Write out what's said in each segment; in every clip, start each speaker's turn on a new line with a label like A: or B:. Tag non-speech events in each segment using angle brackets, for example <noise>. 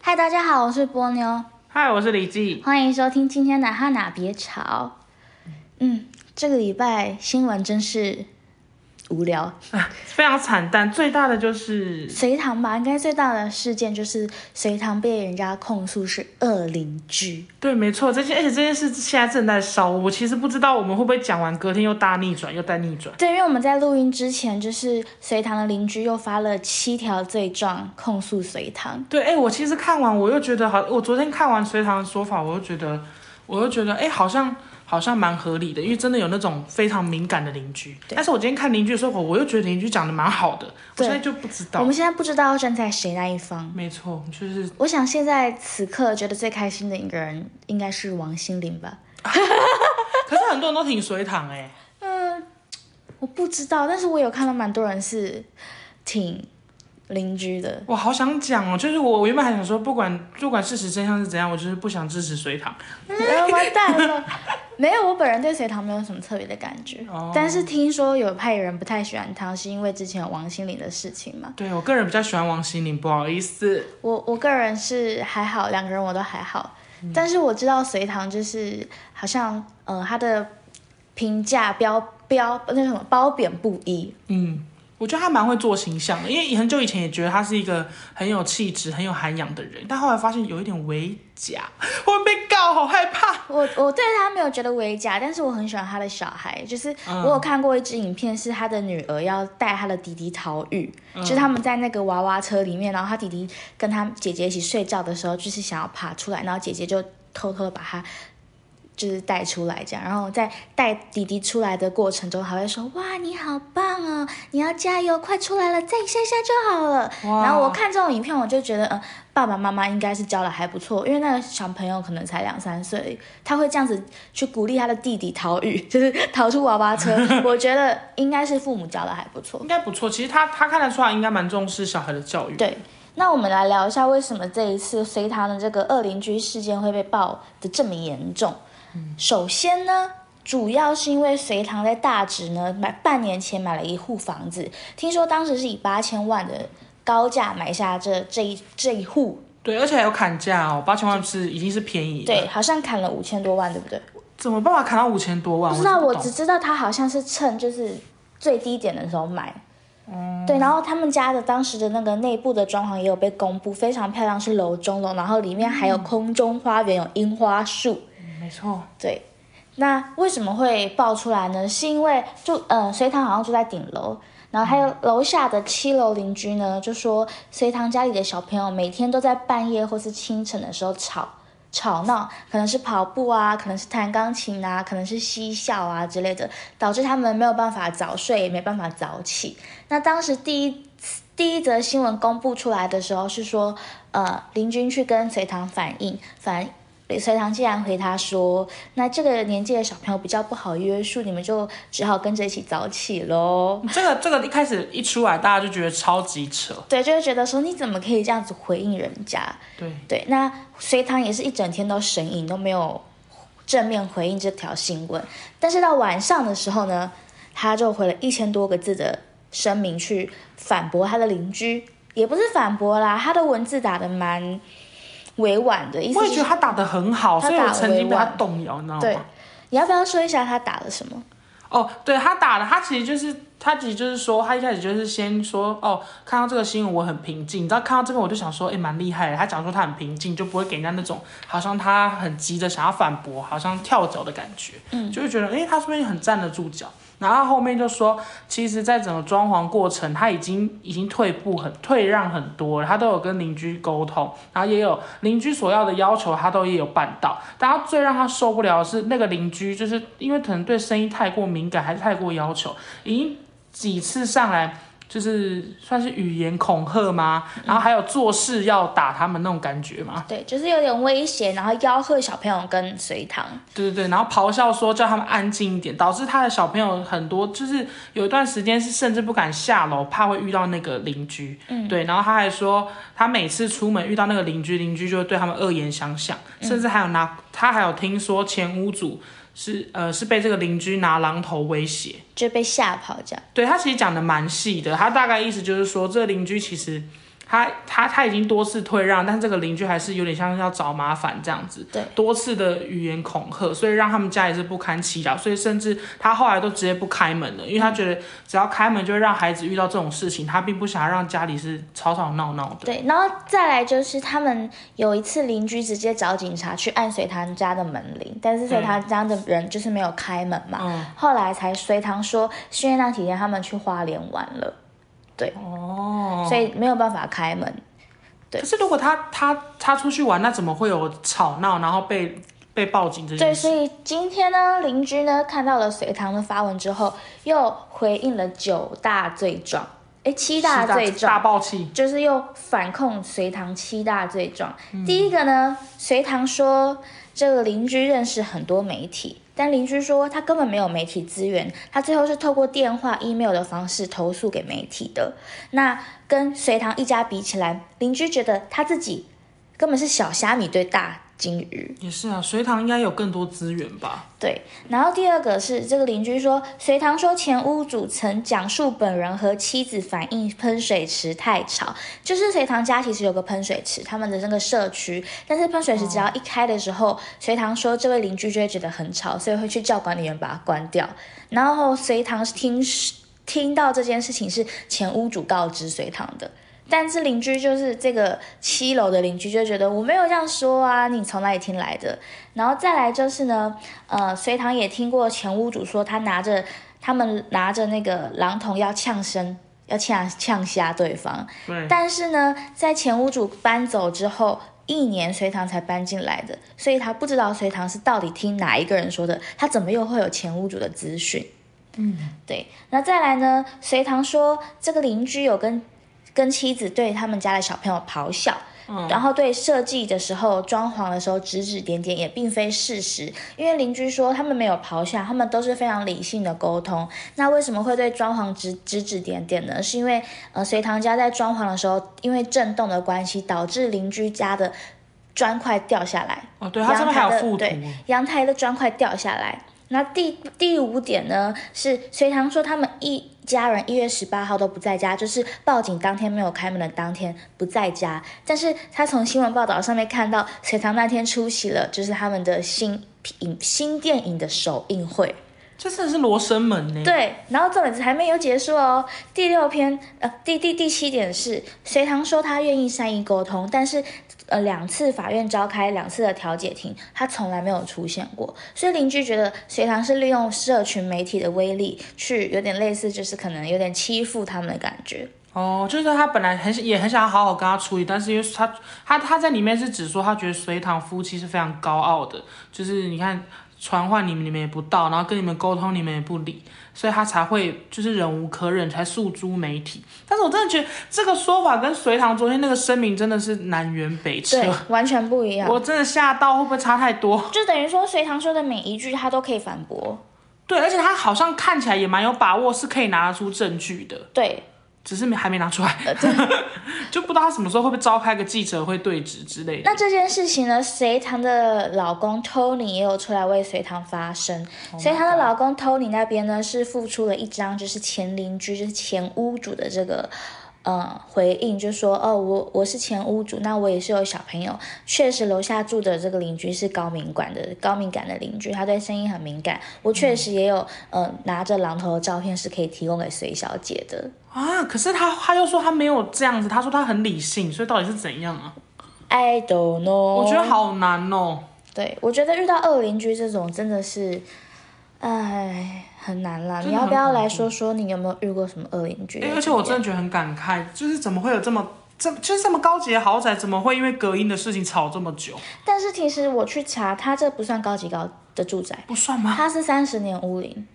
A: 嗨，大家好，我是波妞，
B: 嗨，我是李记。
A: 欢迎收听今天的哈娜别吵。嗯，这个礼拜新闻真是无聊。
B: 非常惨淡，最大的就是
A: 隋唐吧，应该最大的事件就是隋唐被人家控诉是恶邻居。
B: 对，没错，这件而且这件事现在正在烧。我其实不知道我们会不会讲完，隔天又大逆转，又大逆转。
A: 对，因为我们在录音之前，就是隋唐的邻居又发了七条罪状控诉隋唐。
B: 对，哎，我其实看完我又觉得好，我昨天看完隋唐的说法，我又觉得，我又觉得，哎，好像好像蛮合理的，因为真的有那种非常敏感的邻居。但是我今天看邻居的说法，我又觉得邻居讲的蛮好的，我
A: 对嗯
B: 现在就不知
A: 我
B: 道。
A: 们现在不知道要站在谁那一方。
B: 没错，就是
A: 我想现在此刻觉得最开心的一个人应该是王心凌吧。
B: 可是很多人都挺隋唐哎、
A: 嗯，我不知道，但是我有看到蛮多人是挺邻居
B: <laughs>
A: 的。
B: 我好想讲哦，就是我我原本还想说，不管不管事实真相是怎样，我就是不想支持隋唐。
A: 呃完蛋了！没有，我本人对隋唐没有什么特别的感觉，
B: 哦
A: 但是听说有派人不太喜欢他，是因为之前有王心凌的事情嘛。
B: 对我个人比较喜欢王心凌，不好意思。
A: 我我个人是还好，两个人我都还好，但是我知道隋唐就是好像呃他的评价标标那什么褒贬不一，
B: 嗯，我觉得他蛮会做形象的，因为很久以前也觉得他是一个很有气质、很有涵养的人，但后来发现有一点伪假，我会被告，好害怕。
A: <laughs> 我我对他没有觉得违假，但是我很喜欢他的小孩，就是我有看过一支影片，是他的女儿要带他的弟弟逃狱，就是他们在那个娃娃车里面，然后他弟弟跟他姐姐一起睡觉的时候，就是想要爬出来，然后姐姐就偷偷的把他。就是带出来这样，然后在带弟弟出来的过程中，还会说：“哇，你好棒哦，你要加油，快出来了，再一下下就好了。”
B: 哇
A: 呃然后我看这种影片，我就觉得，嗯，爸爸妈妈应该是教的还不错，因为那个小朋友可能才两三岁，他会这样子去鼓励他的弟弟逃狱， <laughs> 就是逃出娃娃车。我觉得应该是父母教的还不错
B: 应。该不错，其实他他看得出来，应该蛮重视小孩的教育。
A: 对，那我们来聊一下为什么这一次隋唐的这个恶邻居事件会被爆的这么严重。首先呢，主要是因为隋唐在大直呢买半年前买了一户房子，听说当时是以八千万的高价买下这这一这一户，
B: 对，而且还有砍价哦，八千万是已经是便宜了，
A: 对，好像砍了五千多万，对不对？
B: 怎么办法砍到五千多万？
A: 不
B: 我
A: 知道，
B: 真
A: 我
B: 懂
A: 只知道他好像是趁就是最低点的时候买。对，然后他们家的当时的那个内部的装潢也有被公布，非常漂亮，是楼中楼，然后里面还有空中花园，有樱花树。
B: 嗯没错，
A: 对，那为什么会爆出来呢？是因为住呃隋唐好像住在顶楼，然后还有楼下的七楼邻居呢，就说隋唐家里的小朋友每天都在半夜或是清晨的时候吵吵闹，可能是跑步啊，可能是弹钢琴啊，可能是嬉笑啊之类的，导致他们没有办法早睡，也没办法早起。那当时第一次第一则新闻公布出来的时候是说，呃，林军去跟隋唐反映，反隋唐竟然回他说，那这个年纪的小朋友比较不好约束，你们就只好跟着一起早起喽。
B: 这个这个一开始一出来，大家就觉得超级扯。
A: 对，就会觉得说你怎么可以这样子回应人家？
B: 对，
A: 对，那隋唐也是一整天都神隐，都没有正面回应这条新闻。但是到晚上的时候呢，他就回了一千多个字的声明去反驳他的邻居，也不是反驳啦，他的文字打的蛮委婉的，意思
B: 我也
A: 就是
B: 觉得他打得很好，
A: 他
B: 所以我
A: 打
B: 曾经
A: 委
B: 被他
A: 婉
B: 动摇，你知道吗？
A: 对你要不要说一下他打了什么？
B: 哦，对他打了，他其实就是他其实就是说，他一开始就是先说哦，看到这个新闻我很平静，你知道看到这边我就想说，哎，蛮厉害的。他讲说他很平静，就不会给人家那种好像他很急着想要反驳，好像跳脚的感觉，嗯，就会觉得哎，他是不是很站得住脚？然后后面就说，其实，在整个装潢过程，他已经已经退步很退让很多了，他都有跟邻居沟通，然后也有邻居所要的要求，他都也有办到。但他最让他受不了的是那个邻居，就是因为可能对声音太过敏感，还是太过要求，已经几次上来。就是算是语言恐吓吗？然后还有做事要打他们那种感觉吗？
A: 对，就是有点威胁，然后吆喝小朋友跟隋唐。
B: 对对对，然后咆哮说叫他们安静一点，导致他的小朋友很多，就是有一段时间是甚至不敢下楼，怕会遇到那个邻居。嗯，对，然后他还说，他每次出门遇到那个邻居，邻居就会对他们恶言相向，甚至还有拿他还有听说前屋主是呃是被这个邻居拿榔头威胁。
A: 就被吓跑这样，
B: 对他其实讲的蛮细的，他大概意思就是说，这邻居其实他他他已经多次退让，但这个邻居还是有点像要找麻烦这样子，
A: 对，
B: 多次的语言恐吓，所以让他们家也是不堪其扰，所以甚至他后来都直接不开门了，因为他觉得只要开门就会让孩子遇到这种事情，他并不想要让家里是吵吵闹闹的。
A: 对，然后再来就是他们有一次邻居直接找警察去按隋唐家的门铃，但是隋唐家的人就是没有开门嘛，
B: 嗯
A: 后来才隋唐说是因为那几天他们去花莲玩了，
B: 哦，
A: 所以没有办法开门。对
B: 可是如果他他他出去玩，那怎么会有吵闹，然后被被报警这
A: 对，
B: 件事？
A: 所以今天呢，邻居呢看到了隋唐的发文之后，又回应了九大罪状，哎，七大
B: 是
A: 罪
B: 大
A: 状。
B: 爆气，
A: 就是又反控隋唐七大罪状。第一个呢，隋唐说这个邻居认识很多媒体，但邻居说他根本没有媒体资源，他最后是透过电话、email 的方式投诉给媒体的。那跟隋唐一家比起来，邻居觉得他自己根本是小虾米对大金鱼。
B: 也是啊，隋唐应该有更多资源吧？
A: 对，然后第二个是这个邻居说，隋唐说前屋主曾讲述本人和妻子反映喷水池太吵，就是隋唐家其实有个喷水池，他们的那个社区，但是喷水池只要一开的时候，隋唐说这位邻居就会觉得很吵，所以会去叫管理员把它关掉。然后隋唐听听到这件事情是前屋主告知隋唐的。但是邻居就是这个七楼的邻居就觉得我没有这样说啊，你从哪里听来的？然后再来就是呢，呃，隋唐也听过前屋主说，他拿着他们拿着那个榔头要呛声，要呛呛瞎对方。
B: 对
A: 但是呢，在前屋主搬走之后。一年隋唐才搬进来的，所以他不知道隋唐是到底听哪一个人说的，他怎么又会有前屋主的资讯？嗯，对。那再来呢？隋唐说这个邻居有跟跟妻子对他们家的小朋友咆哮，然后对设计的时候、装潢的时候指指点点，也并非事实。因为邻居说他们没有咆哮，他们都是非常理性的沟通。那为什么会对装潢指指指点点呢？是因为呃，隋唐家在装潢的时候，因为震动的关系，导致邻居家的砖块掉下来，
B: 哦，对，他上
A: 阳
B: 面还
A: 台
B: 有
A: 的
B: 附图，
A: 对阳台的砖块掉下来。那第第五点呢，是隋唐说他们一家人一月十八号都不在家，就是报警当天没有开门的当天不在家。但是他从新闻报道上面看到，隋唐那天出席了就是他们的新影新电影的首映会。
B: 这真的是罗生门呢。
A: 对，然后重点是还没有结束哦。第六篇，呃，第第第七点是，隋唐说他愿意善意沟通，但是，呃，两次法院召开两次的调解庭，他从来没有出现过，所以邻居觉得隋唐是利用社群媒体的威力去，有点类似就是可能有点欺负他们的感觉。
B: 哦，就是他本来很也很想好好跟他处理，但是因为他他他在里面是指说他觉得隋唐夫妻是非常高傲的，就是你看传唤你们你们也不到，然后跟你们沟通你们也不理，所以他才会就是忍无可忍才诉诸媒体。但是我真的觉得这个说法跟隋唐昨天那个声明真的是南辕北辙，
A: 对，完全不一样。
B: <laughs> 我真的吓到会不会差太多？
A: 就等于说，隋唐说的每一句他都可以反驳。
B: 对，而且他好像看起来也蛮有把握，是可以拿得出证据的。
A: 对，
B: 只是没还没拿出来，
A: 呃
B: <laughs> 就不知道他什么时候会不会召开个记者会对质之
A: <laughs>
B: 类的。
A: 那这件事情呢，隋唐的老公 Tony 也有出来为隋唐发声。
B: Oh
A: 隋唐的老公 Tony 那边呢，是付出了一张就是前邻居，就是前屋主的这个。呃，回应就说哦，我我是前屋主，那我也是有小朋友，确实楼下住的这个邻居是高敏感的高敏感的邻居，他对声音很敏感。我确
B: 嗯
A: 实也有、呃拿着榔头的照片是可以提供给隋小姐的。
B: 啊，可是他他又说他没有这样子，他说他很理性，所以到底是怎样啊？
A: I don't know，
B: 我觉得好难哦。
A: 对，我觉得遇到恶邻居这种真的是，哎，很难啦。
B: 真
A: 你
B: 的
A: 要
B: 很
A: 不要
B: 恐
A: 来
B: 怖
A: 说说你有没有遇过什么恶邻居的经
B: 哎、
A: 验？
B: 而且我真的觉得很感慨，就是怎么会有这么这就是这么高级的豪宅，怎么会因为隔音的事情吵这么久？
A: 但是其实我去查，它这不算高级高的住宅，
B: 不算吗？
A: 它是三十年屋龄，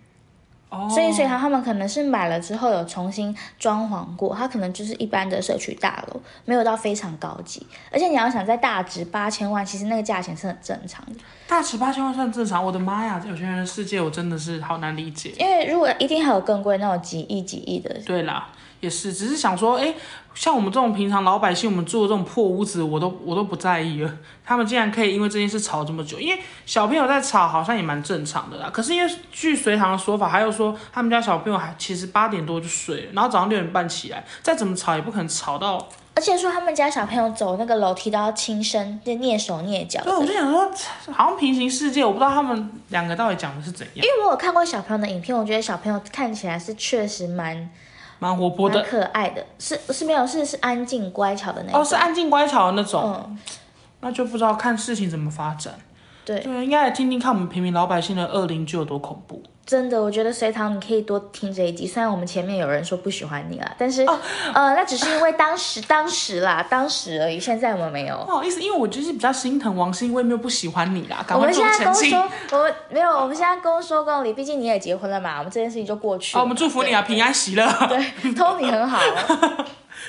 B: 哦，
A: 所以所以他们可能是买了之后有重新装潢过，它可能就是一般的社区大楼，没有到非常高级。而且你要想在大值八千万，其实那个价钱是很正常的。
B: 大十八千万算正常。我的妈呀，有钱人的世界我真的是好难理解。
A: 因为如果一定还有更贵那种几亿几亿的，
B: 对啦，也是，只是想说，哎、像我们这种平常老百姓，我们住的这种破屋子，我都我都不在意了。 <laughs> 他们竟然可以因为这件事吵这么久，因为小朋友在吵，好像也蛮正常的啦。可是因为据隋唐的说法，还有说他们家小朋友还其实八点多就睡了，然后早上六点半起来，再怎么吵也不可能吵到。
A: 而且说他们家小朋友走那个楼梯都要轻声，就蹑手蹑脚的。
B: 对，我就想说，好像平行世界，我不知道他们两个到底讲的是怎样
A: 因，为我有看过小朋友的影片，我觉得小朋友看起来是确实蛮
B: 蛮活泼
A: 蛮
B: 的。
A: 可爱的，是是没有是是安静乖巧的那一种。
B: 哦，是安静乖巧的那种，
A: 嗯，
B: 那就不知道看事情怎么发展。
A: 对，
B: 对，应该来听听看我们平民老百姓的恶邻居有多恐怖。
A: 真的，我觉得隋唐你可以多听这一集。虽然我们前面有人说不喜欢你啦，但是、
B: 哦
A: 呃，那只是因为当时当时啦，当时而已，现在我们没有。
B: 不好意思，因为我就是比较心疼王心，我也没有不喜欢你啦，赶
A: 我
B: 快
A: 们
B: 做
A: 现在
B: 澄
A: 公
B: 清。
A: 说，我们没有，我们现在公说公理，毕竟你也结婚了嘛，我们这件事情就过去
B: 好，
A: 了。
B: 我们祝福你啊，平安喜乐。 <laughs>
A: 对，Tony <laughs> 很好，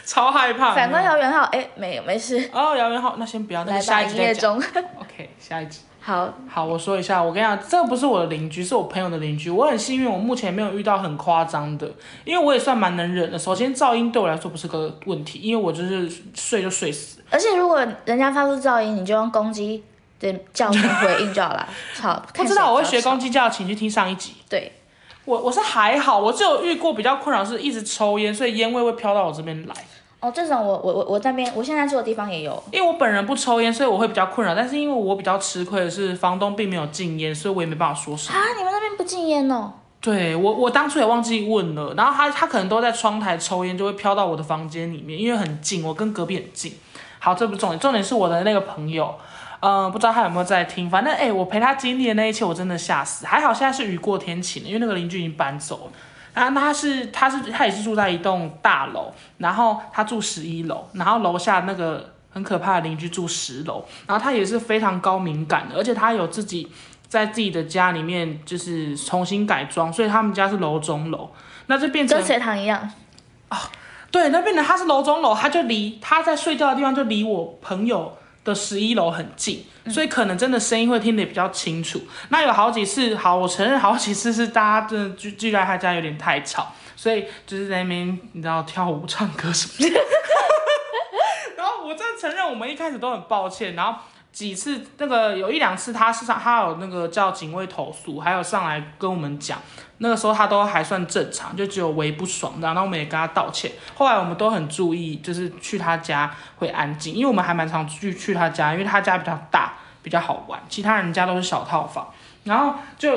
B: 超害 <laughs> 怕。
A: 反观
B: 有
A: 姚元浩，哎，没有没 <laughs> 事，
B: 没有哦，姚元浩，那先不要，那
A: 来
B: 个下
A: 吧，
B: 一
A: 营
B: 集
A: 业
B: 再讲。
A: 中， <laughs>
B: OK，下一集。
A: 好，
B: 好，我说一下，我跟你讲，这个不是我的邻居，是我朋友的邻居。我很幸运，我目前没有遇到很夸张的，因为我也算蛮能忍的。首先，噪音对我来说不是个问题，因为我就是睡就睡死。
A: 而且如果人家发出噪音，你就用公鸡的叫声回应就好了。吵，
B: 不
A: 看
B: 知道
A: 谁
B: <laughs> 我会
A: 比较
B: 学
A: 吵
B: 公鸡叫，请去听上一集。
A: 对，
B: 我我是还好，我只有遇过比较困扰是一直抽烟，所以烟味会飘到我这边来。
A: 哦，这种我我我我那边我现在住的地方也有，
B: 因为我本人不抽烟，所以我会比较困扰。但是因为我比较吃亏的是，房东并没有禁烟，所以我也没办法说什么。
A: 啊，你们那边不禁烟哦？
B: 对我，我当初也忘记问了。然后他他可能都在窗台抽烟，就会飘到我的房间里面，因为很近，我跟隔壁很近。好，这不是重点，重点是我的那个朋友，嗯、不知道他有没有在听。反正哎、我陪他经历的那一切，我真的吓死。还好现在是雨过天晴了，因为那个邻居已经搬走了。啊，那他是他是他也是住在一栋大楼，然后他住十一楼，然后楼下那个很可怕的邻居住十楼，然后他也是非常高敏感的，而且他有自己在自己的家里面就是重新改装，所以他们家是楼中楼，那就变成
A: 跟隋唐一样，
B: 对，那变成他是楼中楼，他就离他在睡觉的地方就离我朋友的十一楼很近，所以可能真的声音会听得比较清楚。那有好几次，好，我承认好几次是大家真的聚聚在他家有点太吵，所以就是在那边你知道跳舞、唱歌什么的。然后我真的承认，我们一开始都很抱歉，然后。几次那个有一两次，他是上他有那个叫警卫投诉，还有上来跟我们讲，那个时候他都还算正常，就只有微不爽这样，然后我们也跟他道歉。后来我们都很注意，就是去他家会安静，因为我们还蛮常去去他家，因为他家比较大，比较好玩，其他人家都是小套房。然后就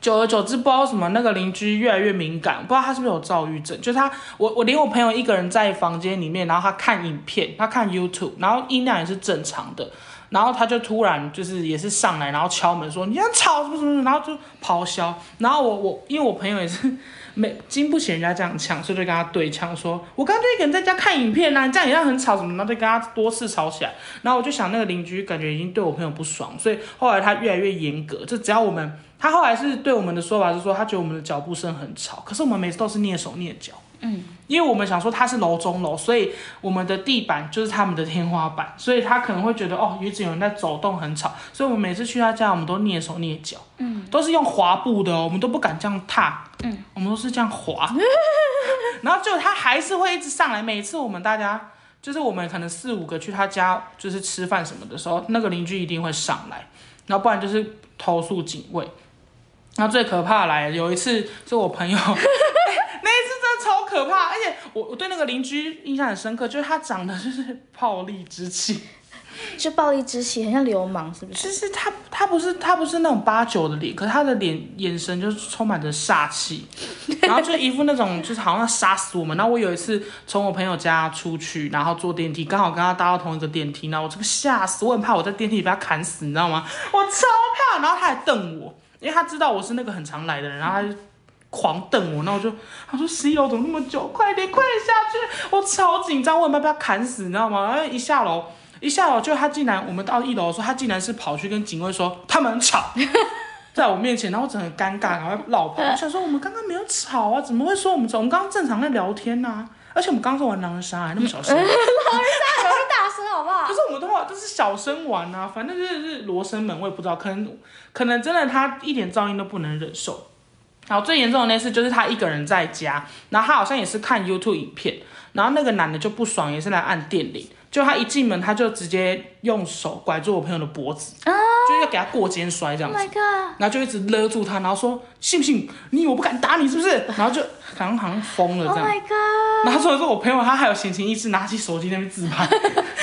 B: 久而久之，不知道为什么那个邻居越来越敏感，不知道他是不是有躁郁症，就是他，我我连我朋友一个人在房间里面，然后他看影片，他看 YouTube，然后音量也是正常的。然后他就突然就是呃也是上来，然后敲门说你要吵什么什么什么，然后就咆哮。然后我我因为我朋友也是没经不起人家这样呛，所以就跟他对呛说，我刚刚就一个人在家看影片啦、你这样也让很吵什么，然后就跟他多次吵起来。然后我就想那个邻居感觉已经对我朋友不爽，所以后来他越来越严格，就只要我们他后来是对我们的说法是说，他觉得我们的脚步声很吵，可是我们每次都是蹑手蹑脚。嗯，因为我们想说他是楼中楼，所以我们的地板就是他们的天花板，所以他可能会觉得哦，一直有人在走动很吵，所以我们每次去他家，我们都蹑手蹑脚，嗯，都是用滑步的哦，我们都不敢这样踏，嗯，我们都是这样滑， <laughs> 然后就他还是会一直上来，每次我们大家就是我们可能四五个去他家就是吃饭什么的时候，那个邻居一定会上来，然后不然就是投诉警卫。然后最可怕的来了，有一次是我朋友，哎那一次真的超可怕，而且我我对那个邻居印象很深刻，就是他长得就是 <laughs> 暴力之气，
A: 就暴力之气，很像流氓，是不是？
B: 就是他他不是他不是那种八九的脸，可是他的脸眼神就是充满着煞气，然后就一副那种就是好像要杀死我们。然后我有一次从我朋友家出去，然后坐电梯，刚好跟他搭到同一个电梯，然后我这个吓死，我很怕我在电梯里被他砍死，你知道吗？我超怕，然后他还瞪我，因为他知道我是那个很常来的人，然后他就。狂瞪我，然后我就他说十一楼怎么那么久？快点，快点下去！我超紧张，我很怕被他砍死，你知道吗？然后一下楼，一下哦楼就他竟然，我们到一楼的时候，他竟然是跑去跟警卫说他们很吵， <laughs> 在我面前，然后我整个尴尬，赶快绕跑。我想说我们刚刚没有吵啊，怎么会说我们吵？我们刚刚正常在聊天呐、而且我们刚刚在玩狼人杀、啊那么小声。啊
A: 大声 <laughs> 大声好不好
B: 可？是我们的话就是小声玩啊，反正就是罗生门，我也不知道，可能可能真的他一点噪音都不能忍受。然后最严重的那次就是他一个人在家，然后他好像也是看 YouTube 影片，然后那个男的就不爽，也是来按电铃。就他一进门，他就直接用手拐住我朋友的脖子，就是要给他过肩摔这样
A: Oh
B: 子
A: my god！
B: 然后就一直勒住他，然后说信不信你以为我不敢打你是不是？然后就好像好像疯了
A: Oh
B: <laughs> 这样。
A: my god！
B: 然后所以说我朋友他还有闲情逸致拿起手机在那边自拍，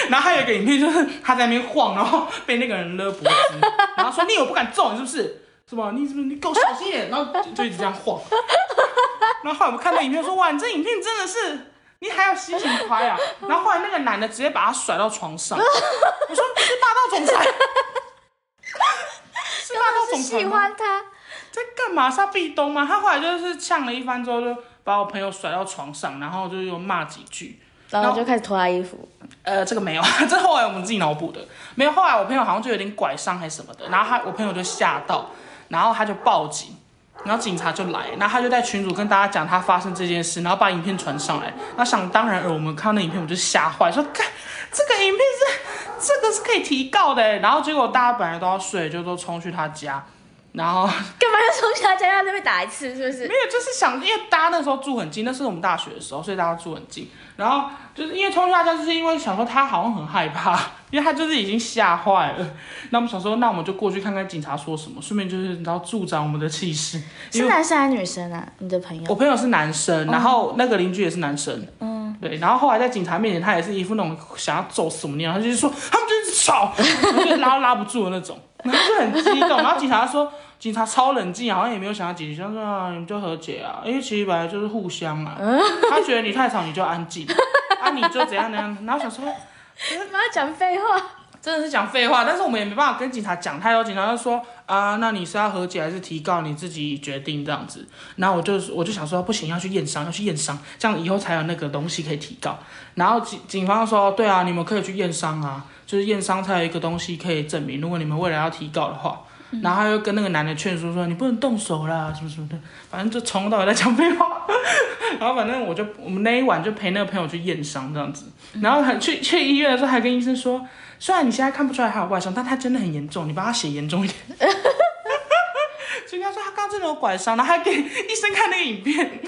B: 然后还有一个影片就是他在那边晃，然后被那个人勒脖子，然后说你以为我不敢揍你是不是？是吧？你是不是你给我小心一点？然后就就一直这样晃。然后后来我们看那影片说哇，你这影片真的是。你还有心情拍啊？然后后来那个男的直接把他甩到床上，我说你是霸道总裁，是霸道
A: 是
B: 总裁
A: 喜
B: 吗
A: 欢他，
B: 在干嘛？是要壁咚吗？他后来就是呛了一番之后，就把我朋友甩到床上，然后就又骂几句。
A: 然后
B: 后
A: 就开始脱他衣服。
B: 呃，这个没有， <laughs> 这后来我们自己脑补的。没有，后来我朋友好像就有点拐伤还是什么的，然后他我朋友就吓到，然后他就报警，然后警察就来，然后他就在群组跟大家讲他发生这件事，然后把影片传上来。那想当然尔，我们看到那影片我就吓坏，说看这个影片是这个是可以提告的欸。然后结果大家本来都要睡，就都冲去他家，然后
A: 干嘛要从小家让他被打一次？是不是
B: 没？有，就是想，因为大家那时候住很近，那是我们大学的时候，所以大家住很近。然后就是因为冲去他家，就是因为想说他好像很害怕，因为他就是已经吓坏了。那我们想说，那我们就过去看看警察说什么，顺便就是你知道助长我们的气势。因
A: 是
B: 为
A: 男生还是女生啊？你的朋
B: 我
A: 友？
B: 朋友是男生，然后那个邻居也是男生，嗯，对，然后后来在警察面前，他也是一副那种想要揍死我们那样，他就是说他们就是吵， <laughs> 然后就拉都拉不住的那种，然后就很激动，然后警察说。警察超冷静，好像也没有想要解决，他说啊，你们就和解啊，因为其实本来就是互相啊。他觉得你太吵，你就安静，啊，你就怎样怎样。然后想说，
A: 干嘛要讲废话？
B: 真的是讲废话，但是我们也没办法跟警察讲太多，警察就说啊，那你是要和解还是提告，你自己决定这样子。然后我就我就想说，不行，要去验伤，要去验伤，这样以后才有那个东西可以提告。然后警警方就说，对啊，你们可以去验伤啊，就是验伤才有一个东西可以证明，如果你们未来要提告的话。然后他又跟那个男的劝说说，你不能动手啦，什么什么的，反正就从头到尾在讲废话。 <laughs> 然后反正我就我们那一晚就陪那个朋友去验伤这样子，然后还去去医院的时候还跟医生说。虽然你现在看不出来他有外伤，但他真的很严重，你帮他写严重一点。所以他说他刚真的有拐伤，然后还给医生看那个影片，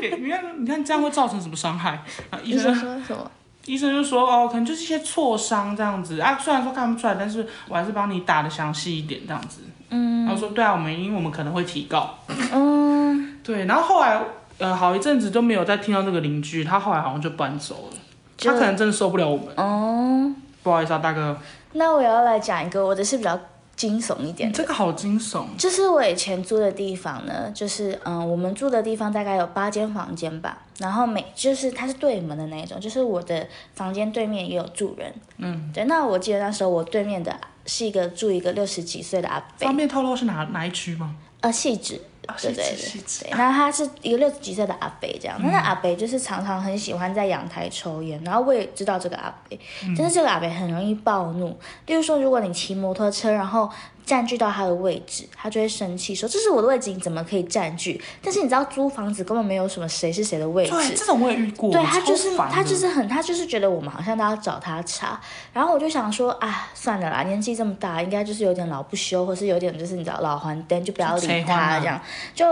B: 给你看你看这样会造成什么伤害？然后医
A: 你
B: 生
A: 是说什么？
B: 医生就说哦，可能就是一些挫伤这样子啊，虽然说看不出来，但是我还是帮你打的详细一点这样子。嗯，然后说对啊，我们因为我们可能会提告。嗯，对，然后后来呃好一阵子都没有再听到这个邻居，他后来好像就搬走了，
A: 就
B: 他可能真的受不了我们。
A: 哦，
B: 不好意思啊，大哥，
A: 那我要来讲一个，我的是比较惊悚一点
B: 你
A: 的。
B: 这个好惊悚。
A: 就是我以前住的地方呢，就是嗯，我们住的地方大概有八间房间吧，然后每就是它是对门的那一种，就是我的房间对面也有住人，嗯，对。那我记得那时候我对面的是一个住一个六十几岁的阿伯，
B: 方便透露是哪哪一区吗？
A: 呃，细致，
B: 啊嗯
A: 对对
B: 细致细
A: 对
B: 致
A: 对。那他是一个六十几岁的阿伯这样，那那阿伯就是常常很喜欢在阳台抽烟，然后我也知道这个阿伯，
B: 嗯
A: 但是这个阿伯很容易暴怒。例如说，如果你骑摩托车，然后占据到他的位置，他就会生气说：“这是我的位置，你怎么可以占据？”但是你知道，租房子根本没有什么谁是谁的位置，
B: 对，这种我也遇过。
A: 对他就是
B: 超烦的
A: 他就是很他就是觉得我们好像都要找他茬，然后我就想说啊，算了啦，年纪这么大，应该就是有点老不休，或是有点就是你知道老还灯，就不要
B: 就催
A: 理
B: 婚
A: 他
B: 啊
A: 这样，就。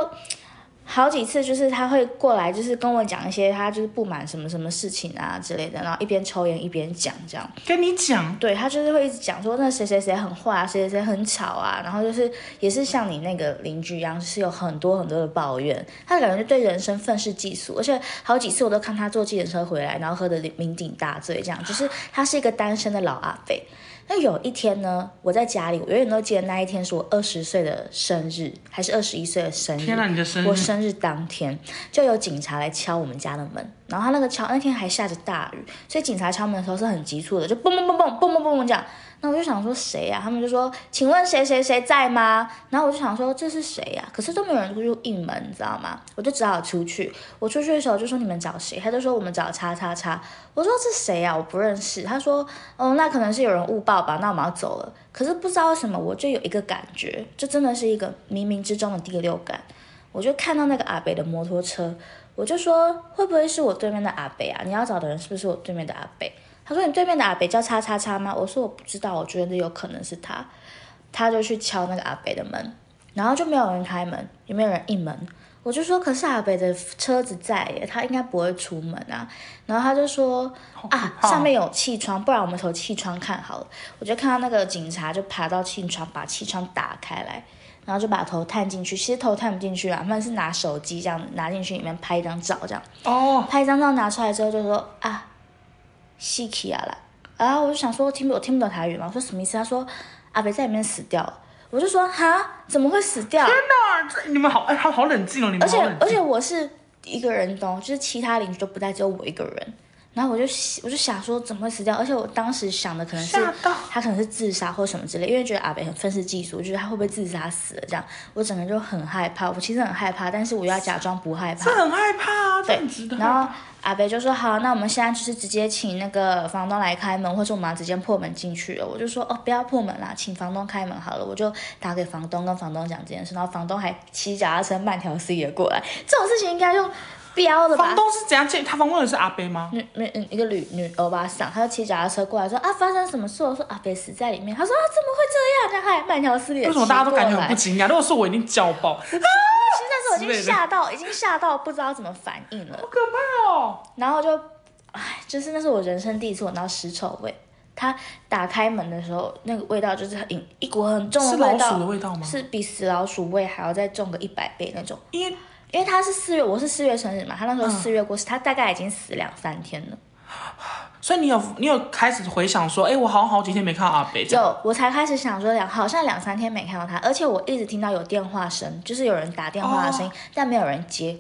A: 好几次就是他会过来，就是跟我讲一些他就是不满什么什么事情啊之类的，然后一边抽烟一边讲这样。
B: 跟你讲，
A: 对他就是会一直讲说那谁谁谁很坏啊，谁谁谁很吵啊，然后就是也是像你那个邻居一样，就是有很多很多的抱怨，他感觉就对人生愤世嫉俗，而且好几次我都看他坐计程车回来，然后喝的酩酊大醉，这样就是他是一个单身的老阿伯。那有一天呢，我在家里，我永远都记得那一天是我二十岁的生日，还是二十一岁的生日。
B: 天哪，啊你的生
A: 我
B: 日
A: 生日当天就有警察来敲我们家的门，然后他那个敲那天还下着大雨，所以警察敲门的时候是很急促的，就嘣嘣嘣嘣嘣嘣嘣这样。那我就想说谁啊呀、他们就说请问谁谁谁在吗？然后我就想说这是谁呀、可是都没有人入应门，你知道吗？我就只好出去。我出去的时候就说你们找谁？他就说我们找叉叉叉。我说这谁啊呀、我不认识。他说哦，那可能是有人误报吧，那我们要走了。可是不知道为什么，我就有一个感觉，这真的是一个冥冥之中的第六感。我就看到那个阿北的摩托车，我就说会不会是我对面的阿北啊？你要找的人是不是我对面的阿北？他说你对面的阿北叫叉叉叉吗？我说我不知道，我觉得有可能是他。他就去敲那个阿北的门，然后就没有人开门，也没有人应门。我就说，可是阿北的车子在耶，他应该不会出门啊。然后他就说啊，
B: 怕哦
A: 上面有气窗，不然我们从气窗看好了。我就看到那个警察就爬到气窗，把气窗打开来，然后就把头探进去。其实头探不进去啊，他们是拿手机这样拿进去里面拍一张照这样。
B: 哦，
A: 拍一张照拿出来之后就说啊，西奇啊啦，然后我就想说我听不我听不懂台语嘛，我说什么意思？他说阿北在里面死掉了，我就说哈怎么会死掉？
B: 那这你们好，哎，好好冷静哦，你
A: 而
B: 们好
A: 且
B: 冷
A: 而
B: 静。
A: 且我是一个人懂，就是其他邻居都不在，只有我一个人。然后我就想我就想说怎么会死掉？而且我当时想的可能是
B: 吓到
A: 他可能是自杀或什么之类，因为觉得阿北很愤世嫉俗，就是他会不会自杀死了这样，我整个就很害怕。我其实很害怕，但是我又要假装不害怕。
B: 这很害怕啊，这
A: 对
B: 很值得害
A: 然
B: 怕。
A: 后阿北就说好，那我们现在就是直接请那个房东来开门，或者我们要直接破门进去了。我就说哦，不要破门啦，请房东开门好了。我就打给房东，跟房东讲这件事，然后房东还骑脚踏车慢条斯理的过来。这种事情应该用标了吧？
B: 房东是怎样见？他房东的是阿贝吗？
A: 女女嗯一个女女欧巴桑，她就骑脚踏车过来说啊，发生什么事？我说阿北死在里面。她说啊，怎么会这样？然后还慢条斯理的
B: 为
A: 骑过
B: 什么
A: 来。
B: 大家都感觉很不惊讶？如果是我，一定叫爆，好
A: 其实那时候我已经
B: 之类的
A: 吓到，已经吓到不知道怎么反应了。
B: 可怕哦！
A: 然后就，唉，就是那是我人生第一次闻到尸臭味。它打开门的时候，那个味道就是很一股很重
B: 是
A: 味
B: 老
A: 道，
B: 鼠的味道吗？
A: 是比死老鼠味还要再重个一百倍那种。
B: 因为
A: 因为他是四月，我是四月生日嘛，他那时候
B: 嗯
A: 四月过世，他大概已经死两三天了。
B: 所以你有你有开始回想说，哎，我好像好几天没看到阿贝，这样
A: 有，我才开始想说两，好像两三天没看到他，而且我一直听到有电话声，就是有人打电话的声
B: 哦
A: 音，但没有人接。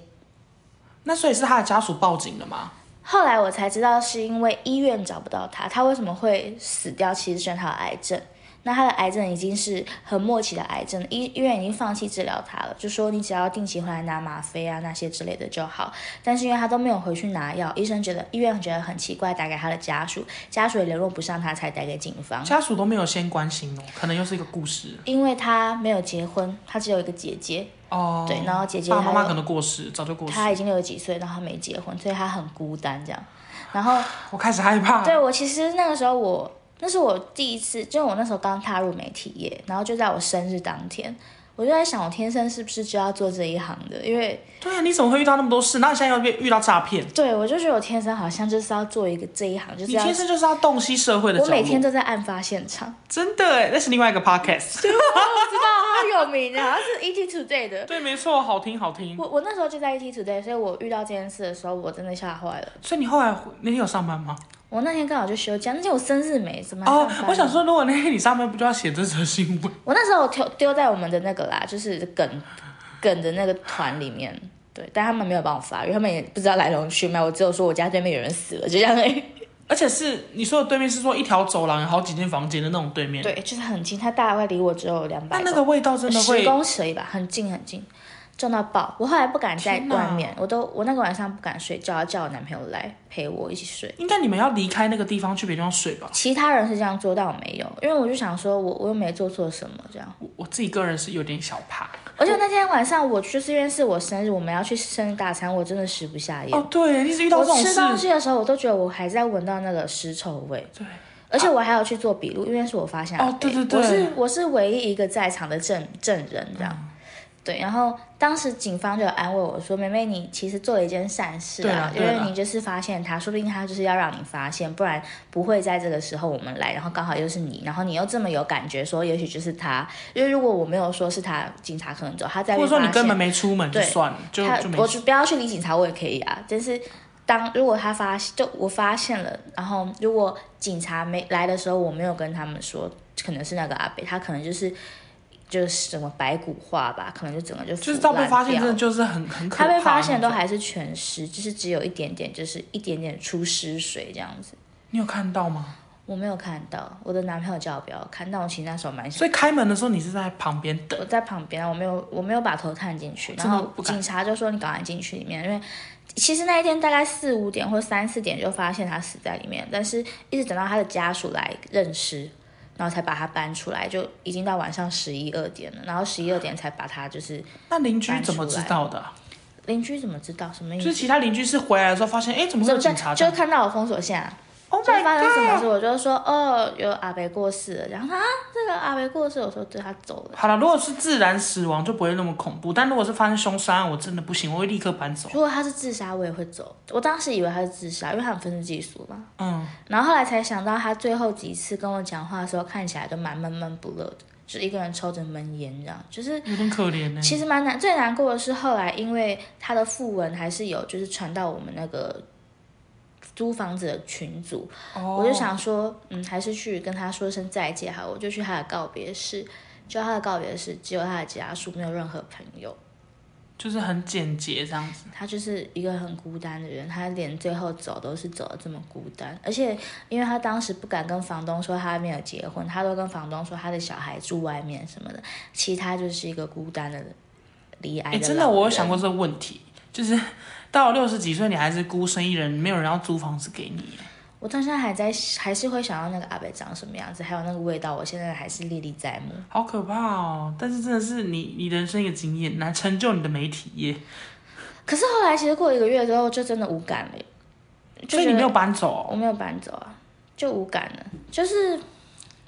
B: 那所以是他的家属报警的吗？
A: 后来我才知道，是因为医院找不到他，他为什么会死掉？其实是因为他有癌症。那他的癌症已经是很末期的癌症，医医院已经放弃治疗他了，就说你只要定期回来拿吗啡啊那些之类的就好。但是因为他都没有回去拿药，医生觉得医院觉得很奇怪，打给他的家属，家属也联络不上他，才打给警方。
B: 家属都没有先关心哦，可能又是一个故事
A: 因为他没有结婚，他只有一个姐姐，
B: 哦。
A: 对，然后姐姐
B: 爸爸妈妈
A: 还有
B: 可能过世，早就过世。
A: 他已经六十几岁，然后他没结婚，所以他很孤单这样。然后
B: 我开始害怕。
A: 对我其实那个时候我那是我第一次，就是我那时候刚踏入媒体业，然后就在我生日当天，我就在想我天生是不是就要做这一行的，因为
B: 对啊，你怎么会遇到那么多事？那你现在又被遇到诈骗？
A: 对我就觉得我天生好像就是要做一个这一行，就是
B: 你
A: 要
B: 天生就是要洞悉社会的角
A: 我
B: 落。
A: 每天都在案发现
B: <laughs>
A: 场，
B: 真的哎，那是另外一个 podcast。
A: 知道他有名啊，他是 ET Today 的。
B: 对，没错，好听好听。
A: 我我那时候就在 ET Today，所以我遇到这件事的时候，我真的吓坏了。
B: 所以你后来那天有上班吗？
A: 我那天刚好就休假，那天我生日没怎么还
B: 哦
A: 上班，
B: 我想说，如果那天你上班，不就要写这则新闻？
A: 我那时候丢丢在我们的那个啦，就是梗梗的那个团里面，对，但他们没有帮我发，因为他们也不知道来龙去脉，我只有说我家对面有人死了，就这样而已。
B: <laughs> 而且是你说的对面是说一条走廊有好几间房间的那种对面。。
A: 对，就是很近，他大概离我只有两
B: 嗯那
A: 百
B: 那个味道真的
A: 十
B: 会，
A: 公尺而已吧，很近很近，重到爆。我后来不敢在
B: 天哪
A: 外面，我都我那个晚上不敢睡觉，要叫我男朋友来陪我一起睡。
B: 应该你们要离开那个地方去别地方睡吧？
A: 其他人是这样做，但我没有，因为我就想说我我又没做错什么这样。
B: 我我自己个人是有点小怕。
A: 而且那天晚上我就是因为是我生日，我们要去生日大餐，我真的食不下咽。
B: 哦，对，你是遇到
A: 哎我
B: 这种
A: 吃东
B: 事，
A: 西的时候，我都觉得我还在闻到那个尸臭味，
B: 对，
A: 而且我还有去做笔录，因为是我发现
B: 哦
A: 阿北
B: 对对对嗯
A: 我是我是唯一一个在场的证证人这样。对，然后当时警方就有安慰我说：“妹妹，你其实做了一件善事
B: 对
A: 啊
B: 啦，
A: 因
B: 对啦
A: 为你就是发现他，说不定他就是要让你发现，不然不会在这个时候我们来，然后刚好又是你，然后你又这么有感觉，说也许就是他，因为如果我没有说是他，警察可能走，他在
B: 或者
A: 被
B: 说你
A: 发
B: 根
A: 现
B: 本没出门就
A: 对
B: 算了，就
A: 他
B: 就没
A: 我
B: 事。
A: 就不要去理警察，我也可以啊。但是当如果他发就我发现了，然后如果警察没来的时候，我没有跟他们说，可能是那个阿北，他可能就是就是什么白骨化吧，可能就整个就
B: 就是
A: 到
B: 到被发现，真的就是很很可怕
A: 他
B: 啊那
A: 被
B: 种。
A: 发现都还是全尸，就是只有一点点，就是一点点出尸水这样子。
B: 你有看到吗？
A: 我没有看到，我的男朋友叫我不要看，但我其实那时候蛮想。
B: 所以开门的时候你是在旁边等，
A: 我在旁边，我没有我没有把头探进去，
B: 真
A: 然
B: 的
A: 后
B: 不敢
A: 警察就说你赶快进去里面，因为其实那一天大概四五点或三四点就发现他死在里面，但是一直等到他的家属来认尸，然后才把他搬出来，就已经到晚上十一二点了，然后十一二点才把他就是
B: 那邻居怎么知道的啊、
A: 邻居怎么知道什么意
B: 就
A: 思
B: 是？其他邻居是回来的时候发现，哎，怎么会
A: 就
B: 有警察
A: 就
B: 在？
A: 看到我封锁线啊，
B: Oh
A: 就
B: my
A: 发生什么
B: god！
A: 事，我就说哦，有阿北过世了，然后他啊，这个阿北过世，我说对，他走了。
B: 好了，如果是自然死亡就不会那么恐怖，但如果是发生凶杀案，我真的不行，我会立刻搬走。
A: 如果他是自杀，我也会走。我当时以为他是自杀，因为他有分支技术嘛。
B: 嗯，
A: 然后后来才想到，他最后几次跟我讲话的时候，看起来都蛮闷闷不乐的，就是一个人抽着闷烟这样。就是
B: 有点可怜呢、
A: 其实蛮难，最难过的是后来，因为他的讣文还是有，就是传到我们那个租房子的群组，
B: 哦，
A: 我就想说，嗯，还是去跟他说声再见好了，我就去他的告别式。就他的告别式，只有他的家属，没有任何朋友。
B: 就是很简洁这样子。
A: 他就是一个很孤单的人，他连最后走都是走的这么孤单，而且因为他当时不敢跟房东说他没有结婚，他都跟房东说他的小孩住外面什么的，其他就是一个孤单的人，离癌
B: 哎、
A: 的老人。
B: 真的，我有想过这个问题，就是到六十几岁你还是孤身一人，没有人要租房子给你。
A: 我到现在还在，还是会想到那个阿北长什么样子，还有那个味道，我现在还是历历在目。
B: 好可怕哦！但是真的是你，你人生一个经验，来成就你的媒体业，
A: 可是后来其实过一个月之后，就真的无感了耶，就
B: 所以你
A: 觉
B: 没
A: 得
B: 有搬走
A: 我没有搬走啊，就无感了，就是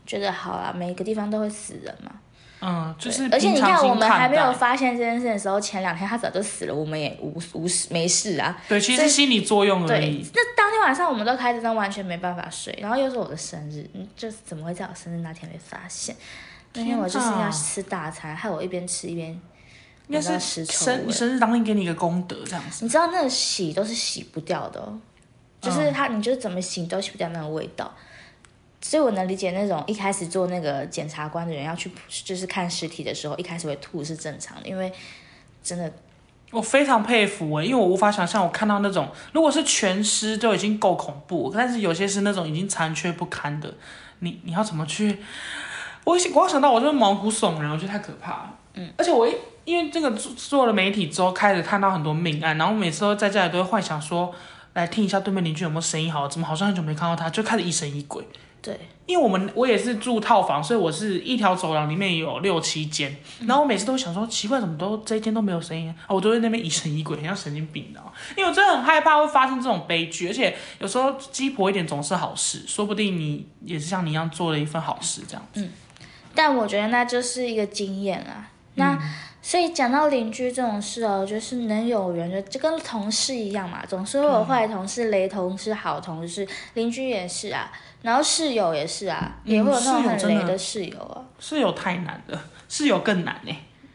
A: 觉得好啦，每一个地方都会死人嘛。
B: 哦，嗯，就是
A: 而且
B: 平
A: 你
B: 常
A: 看，
B: 心
A: 我们
B: 看
A: 还没有
B: 待
A: 发现这件事的时候，前两天他早就死了，我们也无无事没事啊。
B: 对，其实
A: 所
B: 是
A: 以
B: 心理作用而
A: 对
B: 已。，
A: 那当天晚上我们都开着灯，完全没办法睡。然后又是我的生日，嗯，就是怎么会在我生日那天被发现？那天我就是
B: 天哪
A: 要吃大餐，害我一边吃一边
B: 应该
A: 闻到尸
B: 是
A: 臭
B: 生
A: 味
B: 生日当天给你一个功德这样子。
A: 你知道那个洗都是洗不掉的、哦，就是
B: 嗯
A: 它，你就是怎么洗都洗不掉那个味道。所以我能理解那种一开始做那个检察官的人要去，就是看尸体的时候，一开始会吐是正常的，因为真的
B: 我非常佩服哎、因为我无法想象我看到那种，如果是全尸就已经够恐怖，但是有些是那种已经残缺不堪的，你你要怎么去？我一我要想到我就是毛骨悚然，我觉得太可怕了。嗯，而且我一因为这个做做了媒体之后，开始看到很多命案，然后每次都在家里都会幻想说，来听一下对面邻居有没有声音好了，怎么好像很久没看到他，就开始疑神疑鬼。
A: 对，
B: 因为我们我也是住套房，所以我是一条走廊里面有六七间，
A: 嗯
B: 然后我每次都想说奇怪，怎么都这一间都没有声音啊？我都在那边疑神疑鬼，很像神经病的、啊。因为我真的很害怕会发生这种悲剧，而且有时候鸡婆一点总是好事，说不定你也是像你一样做了一份好事这样。
A: 但我觉得那就是一个经验啦。
B: 嗯
A: 那、所以讲到邻居这种事哦，就是能有人就就跟同事一样嘛，总是会有坏同事、雷同事、好同事，邻居也是啊，然后室友也是啊，
B: 嗯
A: 也会有那种
B: 室友
A: 很
B: 真的
A: 雷的室友啊。
B: 室友太难了，室友更难呢、欸
A: <laughs>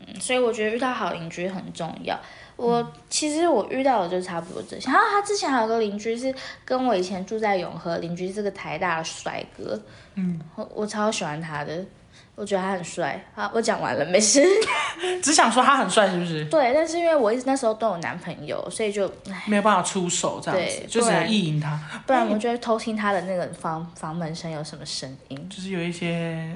A: 嗯所以我觉得遇到好邻居很重要。我其实我遇到的就差不多这些。然后他之前还有个邻居是跟我以前住在永和，邻居是个台大的帅哥，嗯，我我超喜欢他的，我觉得他很帅。好，我讲完了，没事。 <laughs>
B: 只想说他很帅是不是？
A: 对，但是因为我一直那时候都有男朋友，所以就唉
B: 没有办法出手这样子
A: 对，
B: 就
A: 不
B: 只能
A: 然
B: 意淫他，
A: 不然我就会偷听他的那个房房门声有什么声音
B: 就是有一些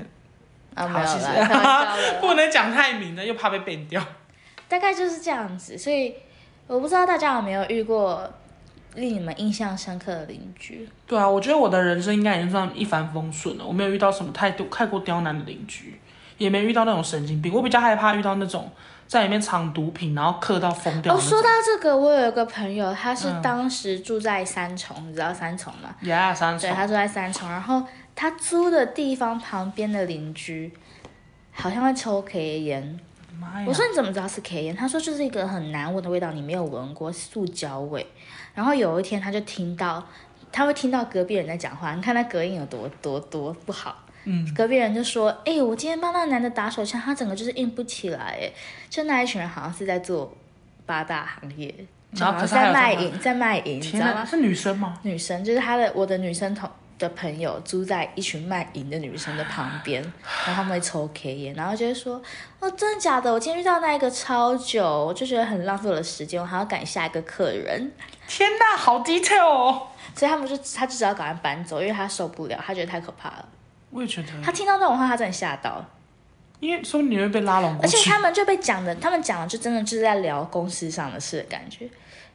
A: 啊，
B: 好
A: 没有
B: 其实
A: 啦，开玩笑
B: <laughs>
A: 的啦，
B: 不能讲太明的，又怕被变掉。
A: 大概就是这样子。所以我不知道大家有没有遇过令你们印象深刻的邻居？
B: 对啊，我觉得我的人生应该已经算一帆风顺了，我没有遇到什么太多太过刁难的邻居，也没遇到那种神经病。我比较害怕遇到那种在里面藏毒品然后嗑到疯掉
A: 哦，
B: 的那
A: 说到
B: 种。
A: 这个，我有一个朋友，他是
B: 嗯
A: 当时住在三重，你知道三重吗？
B: 呀、三
A: 对，
B: 重，
A: 他住在三重，然后他租的地方旁边的邻居好像会抽 K 烟，
B: 哎妈呀！
A: 我说你怎么知道是 K 烟？他说就是一个很难闻的味道，你没有闻过塑胶味。然后有一天他就听到，他会听到隔壁人在讲话，你看他隔音有多多多不好。
B: 嗯，
A: 隔壁人就说：“哎、我今天帮那个男的打手枪，他整个就是硬不起来。”哎，就那一群人好像是在做八大行业，就
B: 然后
A: 好
B: 可
A: 像
B: 嗯是还
A: 在
B: 有
A: 卖
B: 在
A: 淫，在卖淫，你知
B: 天
A: 道
B: 哪，
A: 吗？
B: 是女生吗？
A: 女生，就是她的我的女生同的朋友住在一群卖淫的女生的旁边，然后他们会抽 K 烟，然后就会说，哦，真的假的？我今天遇到那一个超久，我就觉得很浪费我的时间，我还要赶下一个客人，
B: 天哪，好 detail 哦！
A: 所以他们就他就只要赶快搬走，因为他受不了，他觉得太可怕了。
B: 我也觉得，
A: 他听到这种话，他真的吓到，
B: 因为说不定你会被拉拢过
A: 而且
B: 去。
A: 他们就被讲的，他们讲的就真的就是在聊公司上的事的感觉，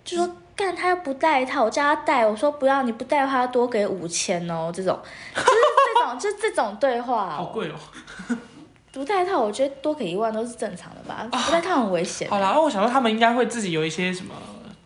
A: 就说干他又不带套，我叫他带，我说不要，你不带的话多给五千哦，这种就是这
B: <laughs>
A: 种就是这种对话、
B: 好
A: 哦，
B: 贵哦！
A: 不带套我觉
B: 啊
A: 得多给一万都是正常的吧，不带套很危险。
B: 好啦，那我想说他们应该会自己有一些什么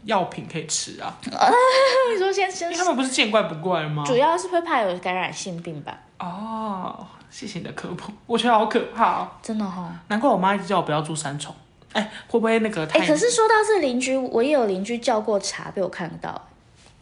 B: 药品可以吃啊，
A: 你说先先
B: 因为他们不是见怪不怪吗？
A: 主要是会怕有感染性病吧？
B: 哦，谢谢你的科普，我觉得好可怕哦，
A: 真的哈、
B: 难怪我妈一直叫我不要住三重。哎，会不会那个太？
A: 哎、可是说到这邻居，我也有邻居叫过茶被我看到，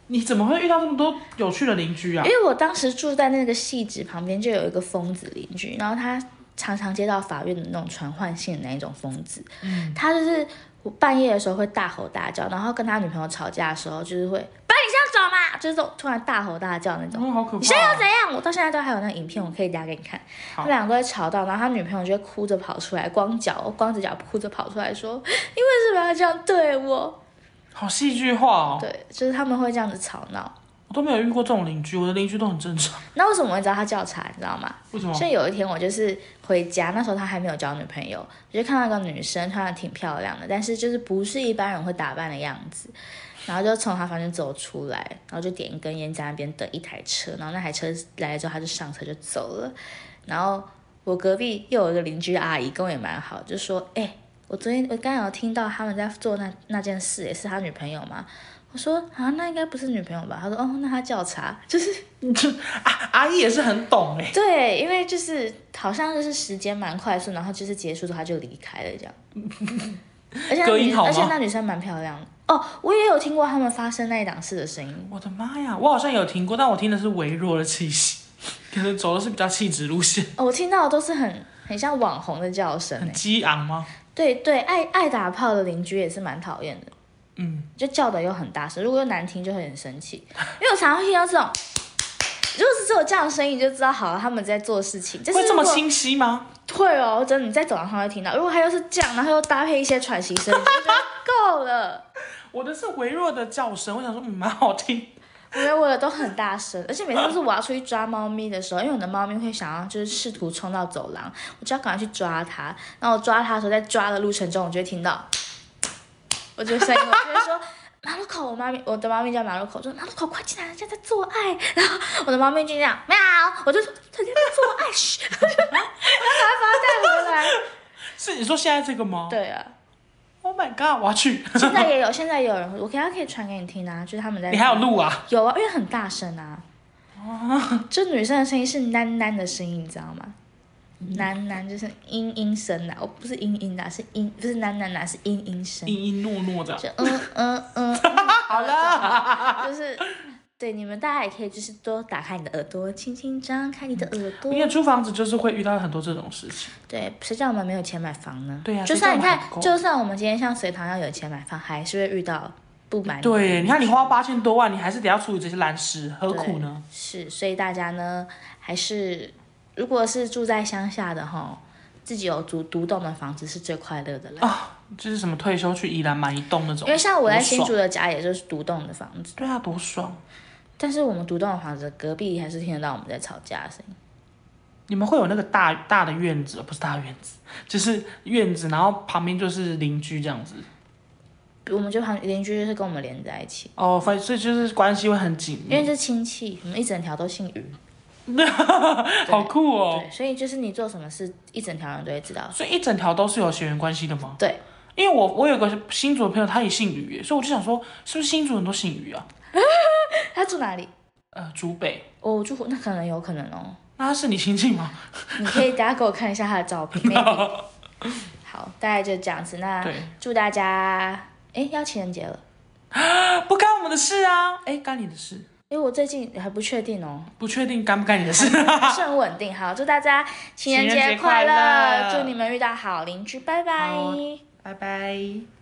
B: 你怎么会遇到这么多有趣的邻居啊
A: 因？为我当时住在那个戏子旁边，就有一个疯子邻居，然后他常常接到法院的那种传唤信的那一种疯子，
B: 嗯
A: 他就是我半夜的时候会大吼大叫，然后跟他女朋友吵架的时候就是会把你这样走嘛，就是这种突然大吼大叫那种。
B: 哦，好可
A: 你现在
B: 怕、
A: 又怎样？我到现在都还有那个影片，我可以打给你看。他
B: 好
A: 们两个会吵到，然后他女朋友就会哭着跑出来，光脚光着脚哭着跑出来说：“你为什么要这样对我
B: 好戏剧化哦！”
A: 对，就是他们会这样子吵闹。
B: 我都没有遇过这种邻居，我的邻居都很正常。
A: 那为什么我会知道他叫茶？你知道吗？
B: 为什么？
A: 所以有一天我就是回家，那时候他还没有交女朋友，我就看到一个女生穿的挺漂亮的，但是就是不是一般人会打扮的样子，然后就从他房间走出来，然后就点一根烟在那边等一台车，然后那台车来了之后他就上车就走了，然后我隔壁又有一个邻居阿姨跟我也蛮好，就说哎、我昨天我刚刚有听到他们在做那那件事，也是他女朋友吗？我说啊，那应该不是女朋友吧？他说哦，那他叫茶，就是
B: 啊阿姨也是很懂哎，
A: 对，因为就是好像就是时间蛮快速，然后就是结束之后他就离开了这样。而且那
B: 隔音
A: 女
B: 好吗
A: 而且那女生蛮漂亮的哦，我也有听过他们发生那一档事的声音。
B: 我的妈呀！我好像有听过，但我听的是微弱的气息， <laughs> 可能走的是比较气质路线，
A: 哦，我听到的都是很很像网红的叫声
B: 很
A: 哎。
B: 激昂吗？
A: 对对，爱爱打炮的邻居也是蛮讨厌的。嗯，就叫的又很大声，如果又难听就会很生气，因为我常常会听到这种，如果是只有这样的声音，你就知道好了，他们在做事情。就是
B: 会这
A: 如
B: 么
A: 果
B: 清晰吗？
A: 会哦，真的，你在走廊上会听到。如果它又是这样，然后又搭配一些喘息声，你就觉得够了。
B: 我的是微弱的叫声，我想说嗯蛮好听。
A: 因为我的都很大声，而且每次都是我要出去抓猫咪的时候，因为我的猫咪会想要就是试图冲到走廊，我就要赶快去抓它。然后我抓它的时候，在抓的路程中，我就会听到，我就声音，我就会说。马路口，我妈咪，我的猫咪叫马路口，说马路口快进来，人家在做爱。然后我的猫咪就这样喵，我就说人家在做爱，嘘，然后把它带回来。
B: 是你说现在这个吗
A: 对啊。
B: ？Oh my god！我要去， <laughs>
A: 现在也有，现在也有人，我给他可以传给你听啊，就是他们在。
B: 你还有？录啊？
A: 有啊，因为很大声啊。哦。就女生的声音是喃喃的声音，你知道吗？喃喃就是嘤嘤声呐，哦，不是嘤嘤呐，是嘤，不是喃喃呐，是嘤嘤声。
B: 阴阴诺诺的，
A: 就嗯嗯嗯。
B: <laughs>
A: 好了。就是，对你们大家也可以就是多打开你的耳朵，轻轻张开你的耳朵
B: 因。为租房子就是会遇到很多这种事情。
A: 对，谁叫我们没有钱买房呢？
B: 对呀
A: 就
B: 谁叫
A: 算
B: 我
A: 你
B: 们
A: 看
B: 很，够
A: 就算我们今天像隋唐要有钱买房，还是会遇到不满意的
B: 对，你看你花八千多万，你还是得要处理这些烂事，何苦呢？
A: 是，所以大家呢，还是如果是住在乡下的哈，自己有独独栋的房子是最快乐的啦。
B: 哦就是什么退休去宜兰买一栋那种，
A: 因为像我在
B: 多
A: 新
B: 爽
A: 竹的家，也就是独栋的房子，
B: 对啊，多爽！
A: 但是我们独栋的房子隔壁还是听得到我们在吵架的声音。
B: 你们会有那个大大的院子，不是大院子，就是院子，然后旁边就是邻居这样子。
A: 我们就旁邻居就是跟我们连在一起，
B: 哦，反所以就是关系会很紧
A: 因为
B: 密，
A: 是亲戚，我们一整条都姓于，
B: 好酷哦！
A: 对，所以就是你做什么事，一整条人都会知道。
B: 所以一整条都是有血缘关系的吗？
A: 对，
B: 因为我我有个新竹的朋友，他也姓于耶，所以我就想说，是不是新竹人都姓于啊？
A: 他住哪里？
B: 呃，竹北，
A: 哦，我住那可能有可能哦，
B: 那他是你亲戚吗？
A: 你可以等下给我看一下他的照片。maybe
B: <laughs>
A: 好，大概就这样子。那
B: 对，
A: 祝大家，哎，要情人节了。
B: 不干我们的事啊！哎，干你的事，
A: 因为我最近还不确定
B: <laughs>
A: 哦，
B: 不确定干不干你的事。啊
A: 是很稳定。好，祝大家情人
B: 情人
A: 节
B: 节
A: 快
B: 快
A: <laughs>
B: 乐
A: 祝你们遇到好邻居，拜拜。
B: 好拜拜。